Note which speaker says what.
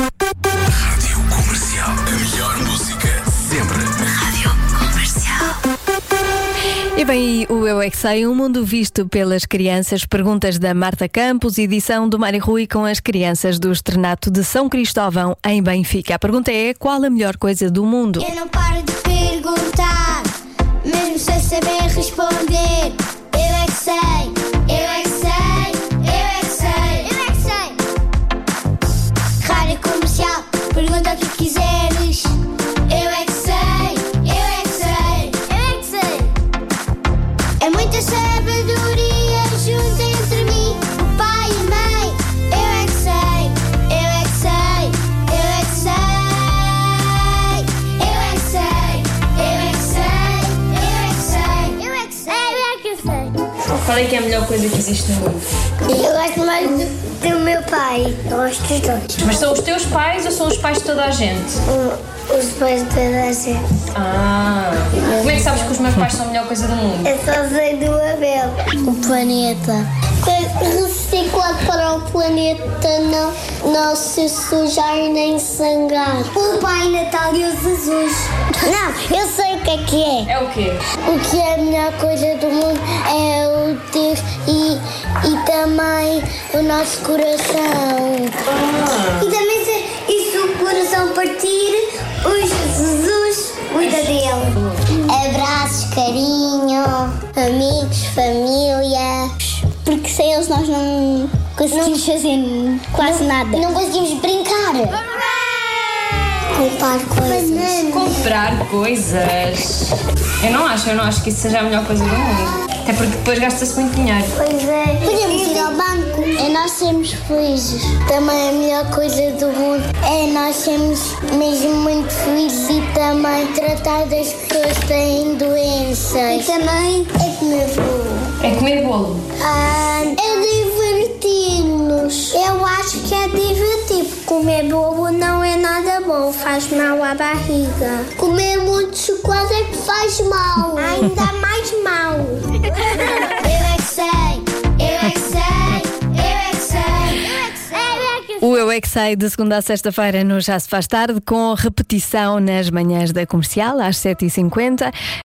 Speaker 1: Rádio Comercial. A melhor música sempre. Rádio Comercial.
Speaker 2: E bem, e o Eu é que Sei, um mundo visto pelas crianças. Perguntas da Marta Campos, edição do Mário Rui com as crianças do Estrenato de São Cristóvão, em Benfica. A pergunta é: qual a melhor coisa do mundo?
Speaker 3: Eu não paro de perguntar, mesmo sem saber responder. Eu é que sei, eu é que sei, eu é que sei, eu é que sei. Rádio comercial, pergunta o que quiseres. Eu é que sei, eu é que sei, eu é que sei. É muita sabedoria junto entre mim, o pai e a mãe. Eu é que sei, eu é que sei, eu é que sei. Eu é que sei, eu é que sei, eu é que sei. Eu é que sei, eu é que
Speaker 4: Qual é que é a melhor coisa que existe no mundo?
Speaker 3: sei. Eu gosto mais do, meu pai. Eu gosto dos dois. Um,
Speaker 4: Mas são os teus pais ou são os pais de toda a gente?
Speaker 3: os pais da gente.
Speaker 4: Ah. Como é que sabes que os meus pais são a melhor coisa do mundo?
Speaker 3: Eu É só sei do Abel. O planeta. Reciclado para o planeta não, não se sujar nem sangrar. O Pai Natal e os azuis. Não, eu sei o que é que é.
Speaker 4: É o quê?
Speaker 3: O que é a melhor coisa do mundo é o Deus e, e também o nosso coração. E também se, e se o coração partir, o Jesus cuida dele. Abraços, carinho, amigos, família. Porque sem eles nós não conseguimos fazer quase nada. Não conseguimos brincar. Comprar coisas.
Speaker 4: Comprar coisas. Eu não acho, eu não acho que isso seja a melhor coisa do mundo. Até porque depois gasta-se muito dinheiro.
Speaker 3: Pois é. Podemos ir ao banco. É nós sermos felizes. Também a melhor coisa do mundo é nós sermos mesmo muito felizes e também tratar das pessoas que têm doenças. E também é comer bolo.
Speaker 4: É comer bolo.
Speaker 3: é divertir-nos. Eu acho que é divertir. Comer bolo não é nada bom, faz mal à barriga. Comer muito chocolate é que faz mal. Ainda mais mal. Eu é que sei, eu é que sei, eu é que sei, eu é que sei, eu é que sei.
Speaker 2: O Eu é que Sei, de segunda a sexta-feira, no Já Se Faz Tarde, com repetição nas manhãs da comercial, às 7h50.